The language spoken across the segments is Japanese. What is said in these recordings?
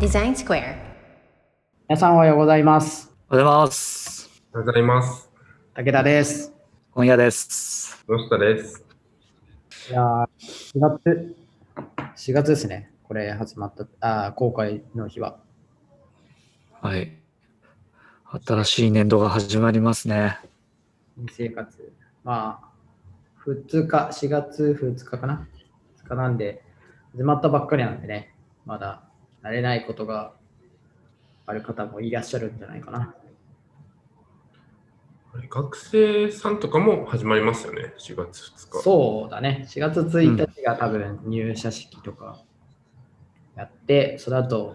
デザインスクエア。皆さんおはようございます。おはようございます。おはようございます。武田です。今夜です。どうしたです。いやー、4月、4月ですね。これ始まった、あー公開の日は。はい。新しい年度が始まりますね。新生活。まあ、2日、4月2日かな ?2 日なんで、始まったばっかりなんでね、まだ慣れないことがある方もいらっしゃるんじゃないかな。あれ学生さんとかも始まりますよね、4月2日。そうだね。4月1日が多分入社式とかやって、その後、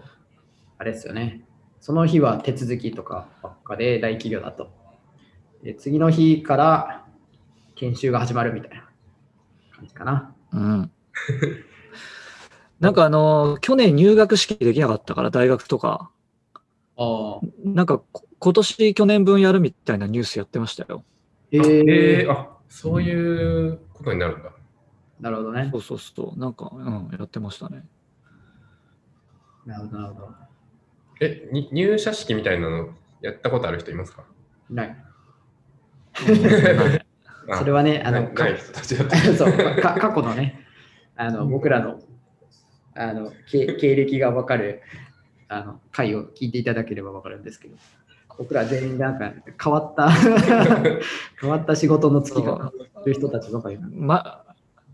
あれですよね。その日は手続きとかばっかで、大企業だと。で、次の日から研修が始まるみたいな感じかな。うん。なんかあの、去年入学式できなかったから、大学とか。ああ。なんかこ今年去年分やるみたいなニュースやってましたよ。えあーえーあそういうことになるんだ。なるほどねそ。うそうそう。なんか、うん、やってましたね。なるほど、なるほど。え、に入社式みたいなのやったことある人いますかない。はいあそれはね、あなの、かない人たちだっ そうか過去のね、あの僕らのあの経経歴が分かるあの回を聞いていただければ分かるんですけど、僕ら全員なんか変わった 変わった仕事のつき方をする人たちばかりなんでま、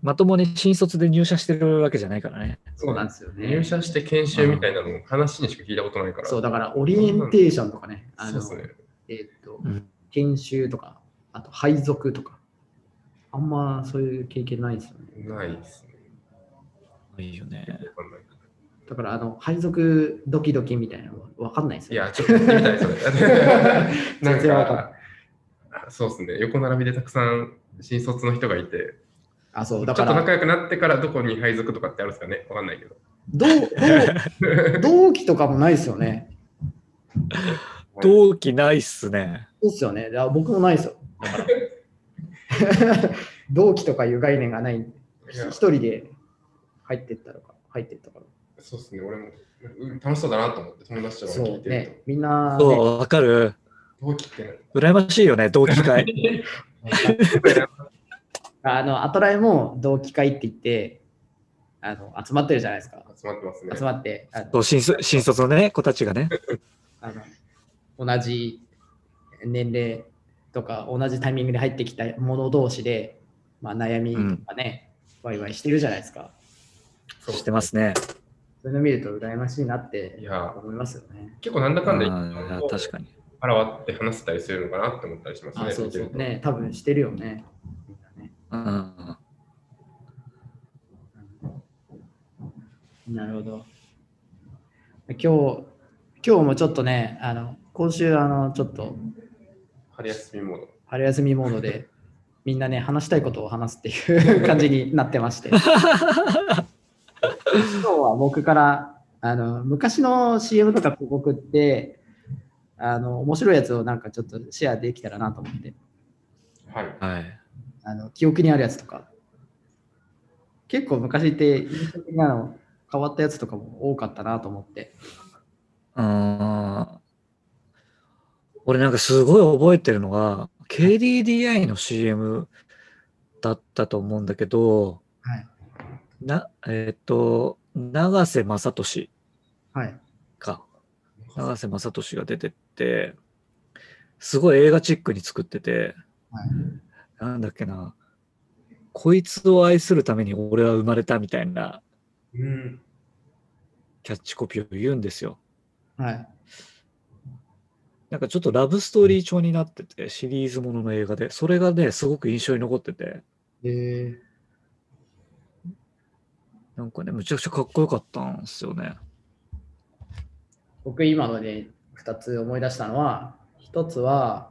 まともに新卒で入社してるわけじゃないからね。そうなんですよ入ね。社して研修みたいなの話にしか聞いたことないから。そうだかからオリエンテーションとかね、あのそうですね。えーっとうん。研修とか、あと配属とか、あんまそういう経験ないですよね。ないですね。いいよね。わかんないだからあの配属ドキドキみたいなの分かんないですいよね。や、ちょっとやってみたい、それ。なん全然わかんか、あそうですね。横並びでたくさん新卒の人がいて、あそうちょだっとから仲良くなってからどこに配属とかってあるんですかねわかんないけど。同 同同期とかもないですよね。同期ないっすね。そうですよね。だから僕もないですよ。だから 同期とかいう概念がないんで、いや一人で入ってったのか、入ってったから。そうですね、俺もうん楽しそうだなと思って友達とかそ聞ういてるね、みんな、そね、う、わかる。と、どう切ってない羨ましいよね、同期会。 あのアトライも同期会って言ってあの、集まってるじゃないですか。集まってますね。集まって、あのそう新卒新卒のね、子たちがね。あの同じ年齢とか同じタイミングで入ってきた者同士で、まあ、悩みとかね、ワイワイしてるじゃないですか。そうしてますね。そういうの見ると羨ましいなっいてや、思いますよね。結構なんだかんだ言ってあー確かに。腹割って話せたりするのかなって思ったりしますね。あそうそ見うてるとね、多分してるよね。みんなねうんなるほど。今日、今日もちょっとね、あの今週あの、ちょっと春休みモード。春休みモード で、みんなね、話したいことを話すっていう感じになってま して。今日は僕から、あの昔の CM とか広告って、あの面白いやつをなんかちょっとシェアできたらなと思って。はい。はい。あの記憶にあるやつとか。結構昔って印象的なの変わったやつとかも多かったなと思って。うん。俺なんかすごい覚えてるのが、KDDI の CM だったと思うんだけど、はい。な、えっ、と、長瀬正敏はい。か。長瀬正敏が出てって、すごい映画チックに作ってて、はい、なんだっけな、こいつを愛するために俺は生まれたみたいなうん。キャッチコピーを言うんですよ。はい。なんかちょっとラブストーリー調になってて、シリーズものの映画で、それがね、すごく印象に残ってて、えー、なんかね、むちゃくちゃかっこよかったんですよね。僕今ので2つ思い出したのは、1つは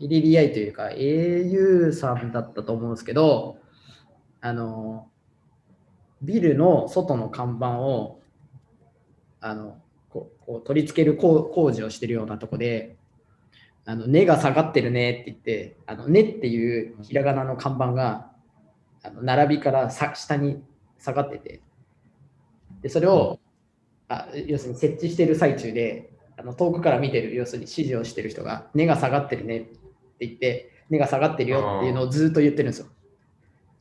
KDDI というか au さんだったと思うんですけど、あの、ビルの外の看板をあのこうこう取り付ける工工事をしてるようなとこで、あの根が下がってるねって言って、あの根っていうひらがなの看板があの並びからさ下に下がってて、でそれをあ要するに設置してる最中であの遠くから見てる要するに指示をしてる人が根が下がってるねって言って根が下がってるよっていうのをずっと言ってるんですよ。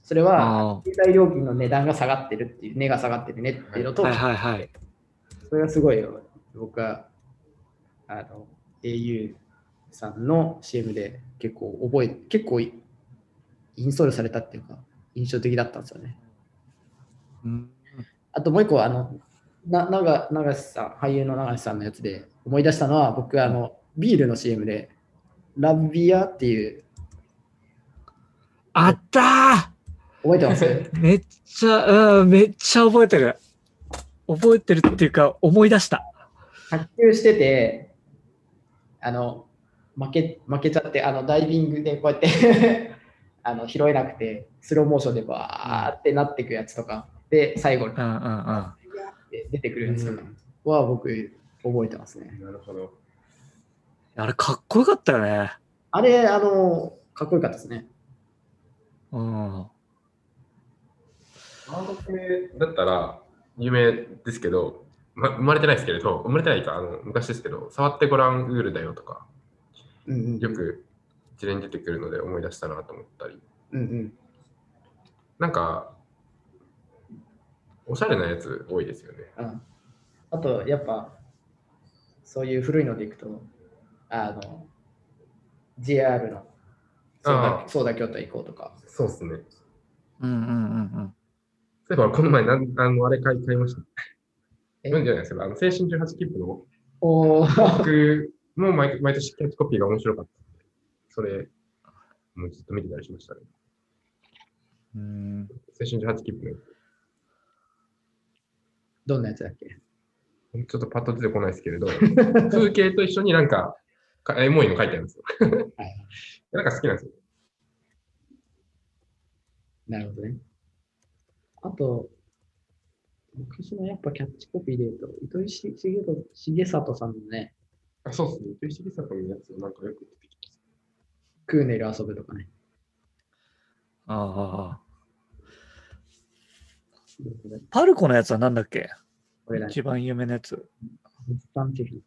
それはあー携帯料金の値段が下がってるっていう根が下がってるねっていうのと、はいはいはい。それがすごいよ僕はあの au さんの CM で結構覚え結構イインストールされたっていうか印象的だったんですよね。うんあともう一個、あの、な、なが、流しさん、俳優の流しさんのやつで思い出したのは、僕、あの、ビールの CM で、ラビアっていう、あったー覚えてます めっちゃ、うん、めっちゃ覚えてる。覚えてるっていうか、思い出した。卓球してて、あの、負け、負けちゃって、あの、ダイビングでこうやって、 あの、拾えなくて、スローモーションでバーってなっていくやつとか、で、最後にうんうんうん。出てくるやつとかうんは、僕、覚えてますね。なるほど。あれ、かっこよかったよね。あれ、あの、かっこよかったですね。うん。ワード系だったら有名ですけど、ま、生まれてないですけれど、生まれてないか、あの昔ですけど、触ってごらんウールだよとか、うんうん。よ。く一連に出てくるので思い出したなと思ったり、うんうん。なんか、おしゃれなやつ多いですよね。うんあと、やっぱ、そういう古いのでいくと、あの、JR のそうだあそうだ京都行こうとか、そうですね。うんうんうんそういえば、この前なん、あのあれ買い買いました。え読んじゃないですけど、あの青春18切符のおー僕も毎毎年キャッチコピーが面白かった。それ、もうずっと見てたりしましたね。うん。うん青春18切符のどんなやつだっけちょっとパッと出てこないですけ れど、風景と一緒になんか、かエモいの書いてあるんですよ。はい なんか好きなんですよ。なるほどね。あと、昔のやっぱキャッチコピーで言うと、糸井し重里重里さんのね、あそうですね。ペイシリサのやつなんかよく出てきます。クーネル遊ぶとかね。ああ。パルコのやつはなんだっけこれだね。一番有名なやつ。物産製品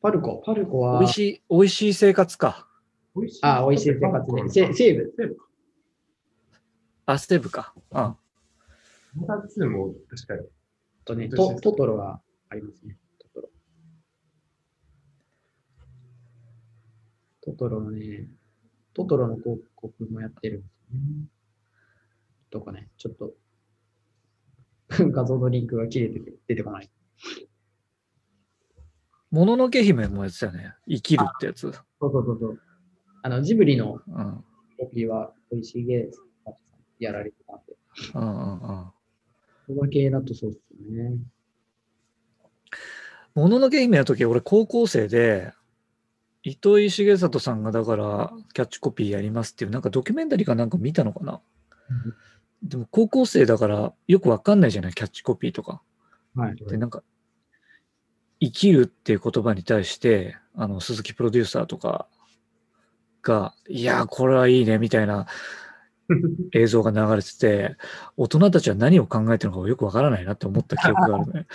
パルコ、パルコは、美味しい、美味しい生活か。美味しいあ、美味しい生活ね。セセーブ。セーブか。アステブか。うん。モーター2も確かに。とね、本当トにトトロがありますね。トトロ。トトロのね、トトロの広告もやってるんですよね。どこね、ちょっと、 画像のリンクが切れてて出てこない。もののけ姫もやつだよね。生きるってやつ。そうそうそうそう。あの、ジブリのうん。コピーは、美味しいゲーさんやられてたんで、うんうんうん。その系だとそうっすよね。もののけ姫の時、俺高校生で、糸井重里さんがだからキャッチコピーやりますっていう、なんかドキュメンタリーかなんか見たのかな。でも高校生だからよくわかんないじゃない、キャッチコピーとか。はい。で、なんか、生きるっていう言葉に対して、あの、鈴木プロデューサーとかが、いやー、これはいいね、みたいな映像が流れてて、大人たちは何を考えてるのかよくわからないなって思った記憶がある ね。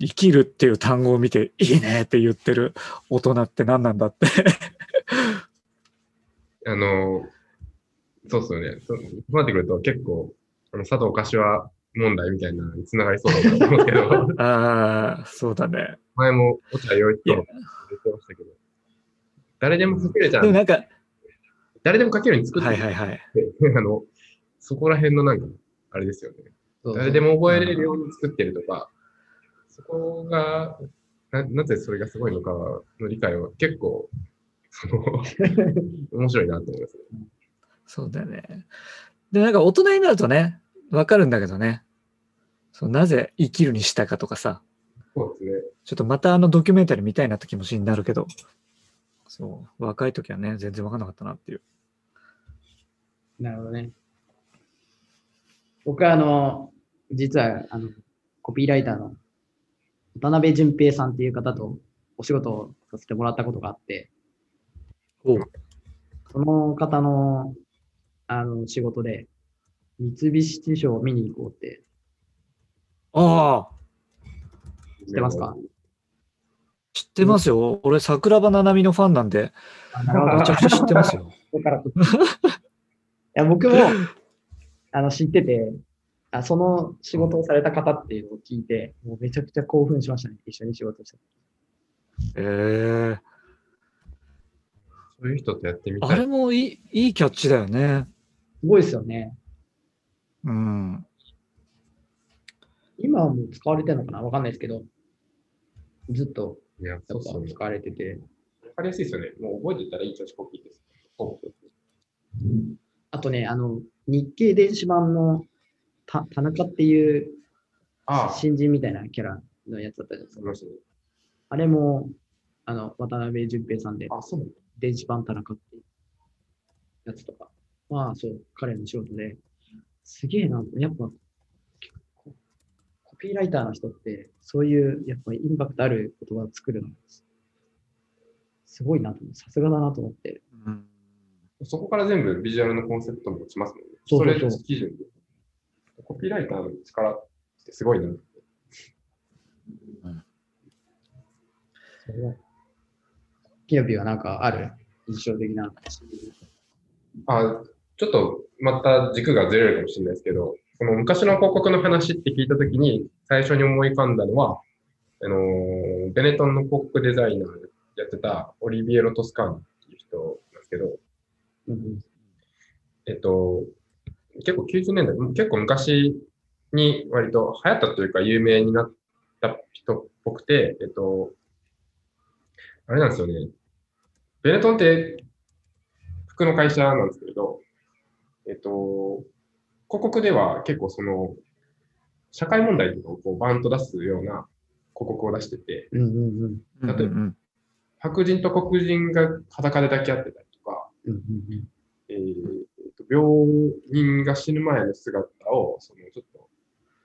生きるっていう単語を見て、いいねって言ってる大人って何なんだって。 あの、そうっすよね。そうそうなってくると結構、あの佐藤柏問題みたいなのに繋がりそうだなと思うんです けど、ああ、そうだね。前も落合陽一といや言ってましたけど、誰でも書けるじゃでもん。なんか、誰でも書けるように作ってはるいはいはい。 であの、そこら辺のなんか、あれですよね。そうそう誰でも覚えれるように作ってるとか、そこが、ななぜそれがすごいのかの理解は結構、その、面白いなと思いますね。そうだよね。で、なんか大人になるとね、わかるんだけどね。そうなぜ生きるにしたかとかさ、そうですね。ちょっとまたあのドキュメンタリー見たいなって気持ちになるけど、そう、若い時はね、全然わかんなかったなっていう。なるほどね。僕はあの、実はあのコピーライターの渡辺淳平さんっていう方とお仕事をさせてもらったことがあって、おその方のあの仕事で三菱地所を見に行こうってああ知ってます か知ってますよ。俺、桜庭ななみのファンなんで、なる めちゃくちゃ知って ますよ。だからこそいや僕もあの知っててあ、その仕事をされた方っていうのを聞いて、もうめちゃくちゃ興奮しましたね、一緒に仕事して。ええそういう人とやってみあたれい。もいい、いいキャッチだよね。すごいですよね。うん。今はもう使われてるのかなわかんないですけど、ずっといや、やそっうそう。ぱ使われてて。わかりやすいですよね。もう覚えてたらいい調子コピーです。コピーあとね、あの、日経電子版のた田中っていうああ、新人みたいなキャラのやつだったじゃないですそか。の人ねあれも、あの、渡辺淳平さんで、あ、そうなの電子版田中っていうやつとか。まあそう、彼の仕事で。すげえな、やっぱ、結構コピーライターの人って、そういう、やっぱりインパクトある言葉を作るのがすすごいなと思う。さすがだなと思って。うんそこから全部ビジュアルのコンセプトも落ちますもんね。そうそうそうれ基準で。コピーライターの力ってすごいなって。それは金曜日はなんかある印象的な話。あちょっとまた軸がずれるかもしれないですけど、この昔の広告の話って聞いたときに、最初に思い浮かんだのは、あのーベネトンの広告デザイナーやってたオリビエロ・トスカーニっていう人なんですけど、うんうんえっと、結構90年代、結構昔に割と流行ったというか有名になった人っぽくて、えっと、あれなんですよね。ベネトンって服の会社なんですけれど、えっと、広告では結構その、社会問題とかをこうバンと出すような広告を出してて、うんうんうんうん例えばうん白人と黒人が裸で抱き合ってたりとか、うんうんえーえっと病人が死ぬ前の姿を、そのちょっと、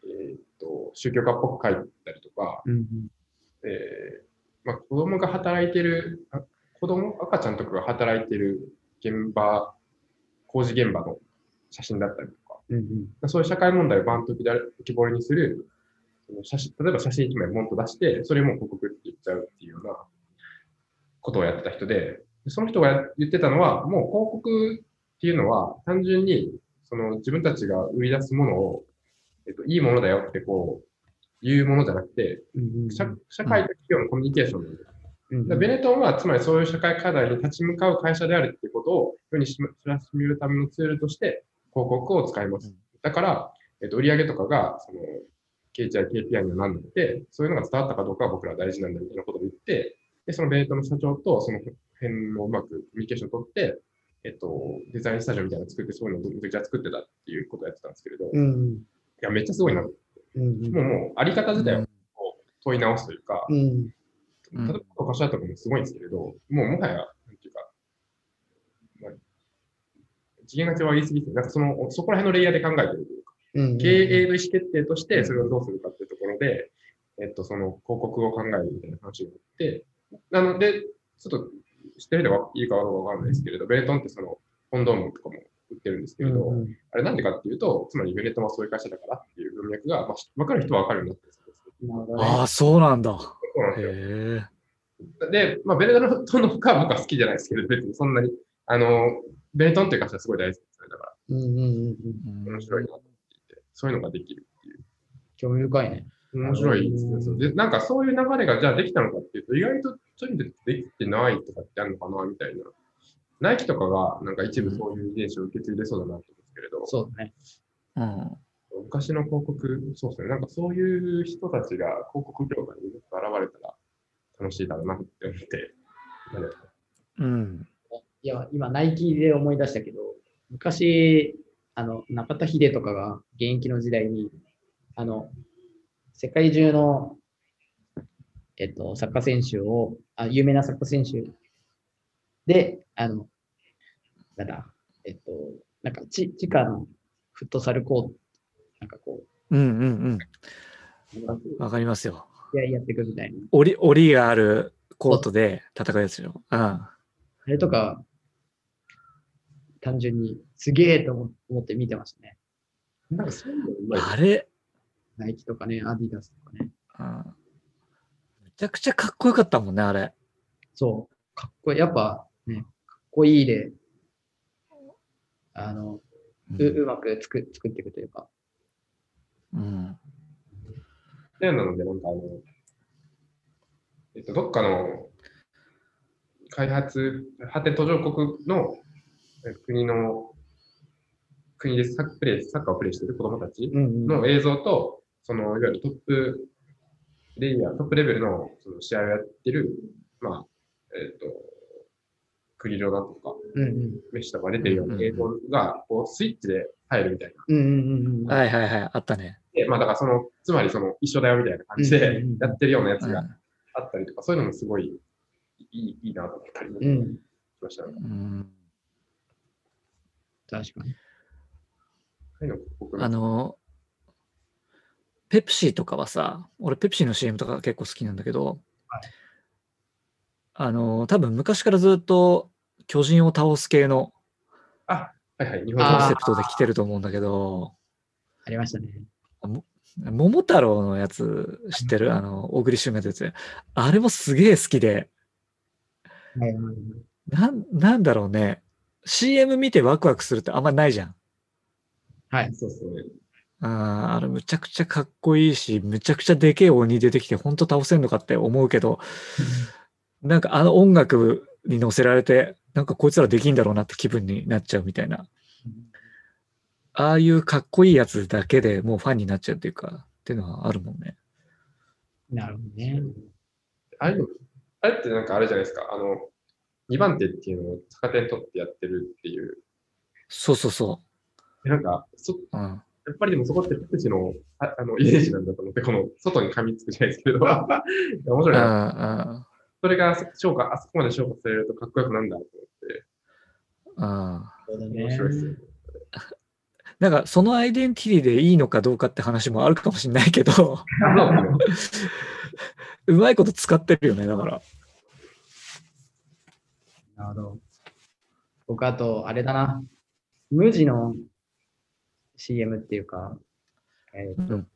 えーっと、宗教家っぽく描いたりとか、うんうんえーまあ、子供が働いてる、あ子供、赤ちゃんとかが働いてる現場、工事現場の写真だったりとか、うんうんまあそういう社会問題をバンと浮きだ浮き彫りにする、その写真例えば写真一枚ボンと出して、それも広告って言っちゃうっていうようなことをやってた人で、でその人がや言ってたのは、もう広告っていうのは単純にその自分たちが生み出すものを、えっと、いいものだよってこう、言うものじゃなくて、うんうん社社会と企業のコミュニケーションなんだようんうんベネトンはつまりそういう社会課題に立ち向かう会社であるっていうことを世に知らしめるためのツールとして広告を使います。うんだから、えっと、売上とかがその KPI、KPI にはなんなくて、そういうのが伝わったかどうかは僕らは大事なんだみたいなことを言って、でそのベネトンの社長とその辺をうまくコミュニケーションを取って、えっと、デザインスタジオみたいなの作って、そういうのをめちゃくちゃ作ってたっていうことをやってたんですけれど、ういんや、めっちゃすごいな。もうんうんう、もう、あり方自体うをん問い直すというか、うんうん例えば、お菓子屋とかもすごいんですけれど、もうもはや、なんていうか、まあ、次元が違は言い過ぎて、なんかその、そこら辺のレイヤーで考えてるというか、うん経営の意思決定として、それをどうするかっていうところで、えっと、その広告を考えるみたいな話があって、なので、ちょっと知ってる人はいいかどうかわかんないですけれど、ベネトンってその、コンドームとかも売ってるんですけうんれど、うんあれなんでかっていうと、つまりベネトンはそういう会社だからっていう文脈が、まあ、分かる人は分かるようになってるんですよなるほどねああ、そうなんだ。そうなんですよへで、まあ、ベネトンの他は僕は好きじゃないですけど、別にそんなに。あの、ベネトンっていう会社はすごい大好きですね。だから、うんうんうんうんえ。面白いなと思っていて、そういうのができるっていう。興味深いね。面白いですうねんそう。で、なんかそういう流れがじゃあできたのかっていうと、意外とそういう意味でできてないとかってあるのかな、みたいな。ナイキとかが、なんか一部そういう遺伝子を受け継いでそうだなと思うんですけれど、そうだね。うん。昔の広告、そうですね。なんかそういう人たちが広告業界によく現れたら楽しいだろうなって思って、なんかうん。いや、今、ナイキで思い出したけど、昔、あの、中田秀とかが現役の時代に、あの、世界中の、えっと、サッカー選手を、あ有名なサッカー選手で、あの、なんだ、えっと、なんか地、地下のフットサルコート、なんかこうんうんう、うん。わかりますよ。試合やっていくみたいな。折り、折りがあるコートで戦うやつよ。うん。あれとか、単純にすげえと思思って見てましたね。なんかそういうのうまいですねあれ、ナイキとかね、アディダスとかね。うんちゃくちゃかっこよかったもんね、あれ。そう。かっこいい。やっぱね、かっこいいで、あの、ううんうまく作作っていくというか。うん。っていうので、なんかあの、えっと、どっかの開発、発展途上国のえ国の、国でサップレイサッカーをプレイしてる子供たちうんうん。の映像と、その、いわゆるトップレイヤー、トップレベルのその試合をやってる、まあ、えっ、と、クリロだとか、うんうん。メッシとか出てるような映像が、こう、スイッチで入るみたいな。うんうんうんうん。はいはいはい、あったね。で、まあ、だからその、つまりその、一緒だよみたいな感じうんうでんうんやってるようなやつうんがあったりとか、そういうのもすごいいいいいなと思ったりもうしん。ましたね。うん確かに。そういうの僕もあの、ペプシとかはさ、俺ペプシの CM とか結構好きなんだけど、はいあの、多分昔からずっと巨人を倒す系のはいはい、日本コンあセのプトで来てると思うんだけど、ありましたね。桃太郎のやつ知ってるあの、小栗旬が出てるあれもすげえ好きで、はいはいはい。なん、なんだろうね。CM 見てワクワクするってあんまないじゃん。はい。そうですね。あーあれむちゃくちゃかっこいいし、むちゃくちゃでけえ鬼出てきて、ほんと倒せんのかって思うけど、なんかあの音楽に乗せられて、なんかこいつらできんだろうなって気分になっちゃうみたいな。ああいうかっこいいやつだけでもうファンになっちゃうっていうか、っていうのはあるもんね。なるほどね。ああいうのあれってなんかあれじゃないですか、あの、2番手っていうのを逆手に取ってやってるっていう、そうそうそなんか、そやう。うん。っぱりでもそこってペプシのああの遺伝子なんだと思って、この外に噛みつくじゃないですけど、面白いな。あそれが消化、あそこまで消化されるとかっこよくなるんだと思って、あ、あなるほあ。ど面白いですよね。ね。なんかそのアイデンティティでいいのかどうかって話もあるかもしれないけど、 そうですねうまいこと使ってるよね、だから。なるほど。僕、あと、あれだな。無地の CM っていうか、えーっとうん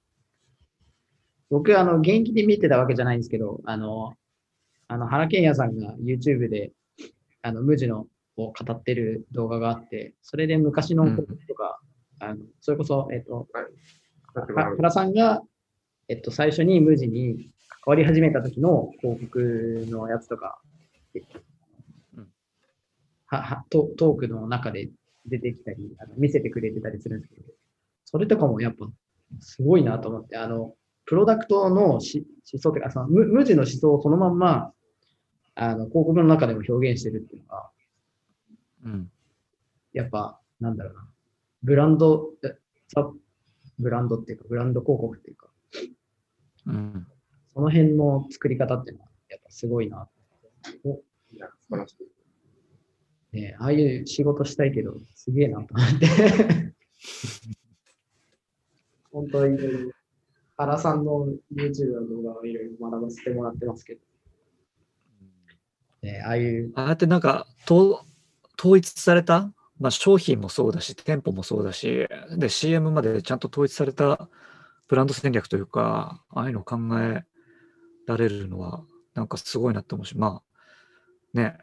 僕、あの、元気で見てたわけじゃないんですけど、あの、あの原健也さんが YouTube で、あの、無地のを語ってる動画があって、それで昔のうんことか、あのそれこそ、えーっと、なんかまあは原さんが、えっと、最初に無地に関わり始めた時の広告のやつとか、うんははトトークの中で出てきたりあの、見せてくれてたりするんですけど、それとかもやっぱすごいなと思って、あの、プロダクトのし思想というか、その無無地の思想をそのまんま、あの、広告の中でも表現してるっていうのが、うん。やっぱ、なんだろうな。ブランド、えザブランドっていうか、ブランド広告っていうか、うん。その辺の作り方っていうのは、やっぱすごいな。いや、素晴らしい。ね、ああいう仕事したいけど、すげえなと思って。本当に、原さんの YouTube の動画をいろいろ学ばせてもらってますけど、ね、ああいう、ああやってなんか統統一された、まあ、商品もそうだし店舗もそうだしで CM までちゃんと統一されたブランド戦略というかああいうのを考えられるのはなんかすごいなって思うしまあね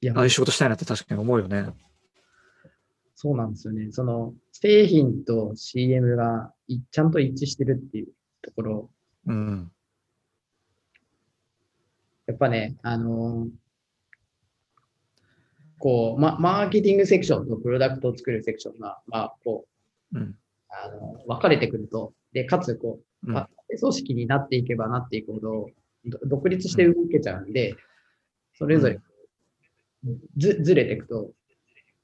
いやああいう仕事したいなって確かに思うよね。そうなんですよね。その、製品と CM がいちゃんと一致してるっていうところ、うん。やっぱね、あのーこう、ま、マーケティングセクションとプロダクトを作るセクションが、まあ、こう、うん。あの分かれてくると、で、かつこう、うんあ組織になっていけばなっていくほど、ど独立して動けちゃうんで、それぞれずずれていくと、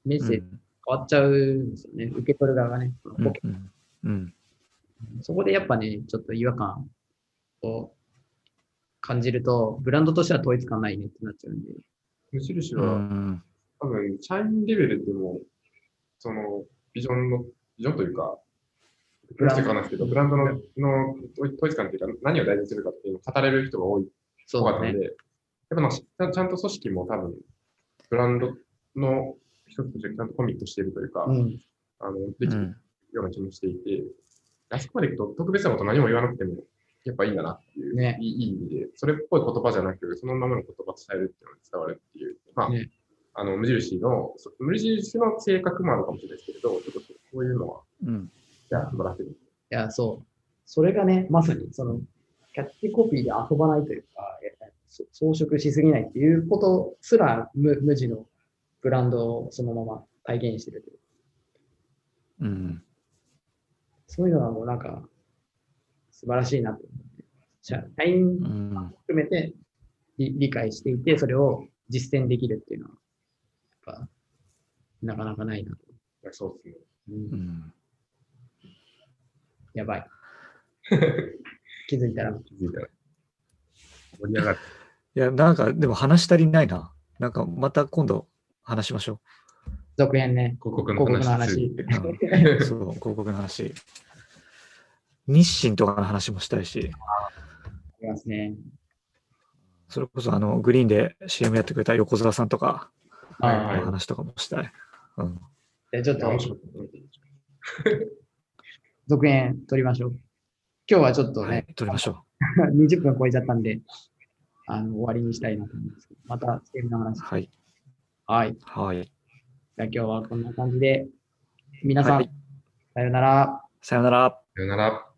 メッセージうん変わっちゃうんですよね、受け取る側がね。そのうん顧客うんうんそこでやっぱね、ちょっと違和感を感じると、ブランドとしては統一感ないねってなっちゃうんで。無印うは、ん多分、社員レベルでも、その、ビジョンの、ビジョンというか、ブランドかなんですけど、ブランドのの統一感というか、何を大事にするかっていうのを語れる人が多い、そ多うかっだたね。ので、やっぱなんかちゃんちゃんと組織も多分、ブランドの一つとしてちゃんとコミットしているというか、うん、あの、うできるんような気もしていて、あそこまで行くと特別なこと何も言わなくても、やっぱいいんだなっていう、ねいいいい意味で、それっぽい言葉じゃなく、そのままの言葉伝えるっていうのに伝わるっていう、まあ、ねあの無印の、そ無印の性格もあるかもしれないですけれど、ちょっとこういうのは、うん。じゃあ、もらってみていや、そう。それがね、まさに、その、キャッチコピーで遊ばないというか、えそ装飾しすぎないっていうことすら無無地のブランドをそのまま体現してるという。うん。そういうのはもうなんか、素晴らしいなと思って。社社員うん。含めて理理解していて、それを実践できるっていうのは、やっぱ、なかなかないなと。いやそうですね。うんうん。やばい。気づいたら。気づいたら。盛り上がる。いや、なんか、でも話足りないな。なんか、また今度話しましょ続編ね。広告の広告の話。話。う。うんそう、広告の話。日清とかの話もしたいし、ありますね。それこそあの、グリーンで CM やってくれた横澤さんとかはいのはい話とかもしたい。うん。じゃあちょっいや面白とかった続編撮りましょう。今日はちょっとはねい、、撮りましょう。 20分超えちゃったんで、あの終わりにしたいなと思うんですけど、また CM の話。はい。はい。じはい。ゃあ今日はこんな感じで、皆さん、はいさようなら。さよなら。さよなら。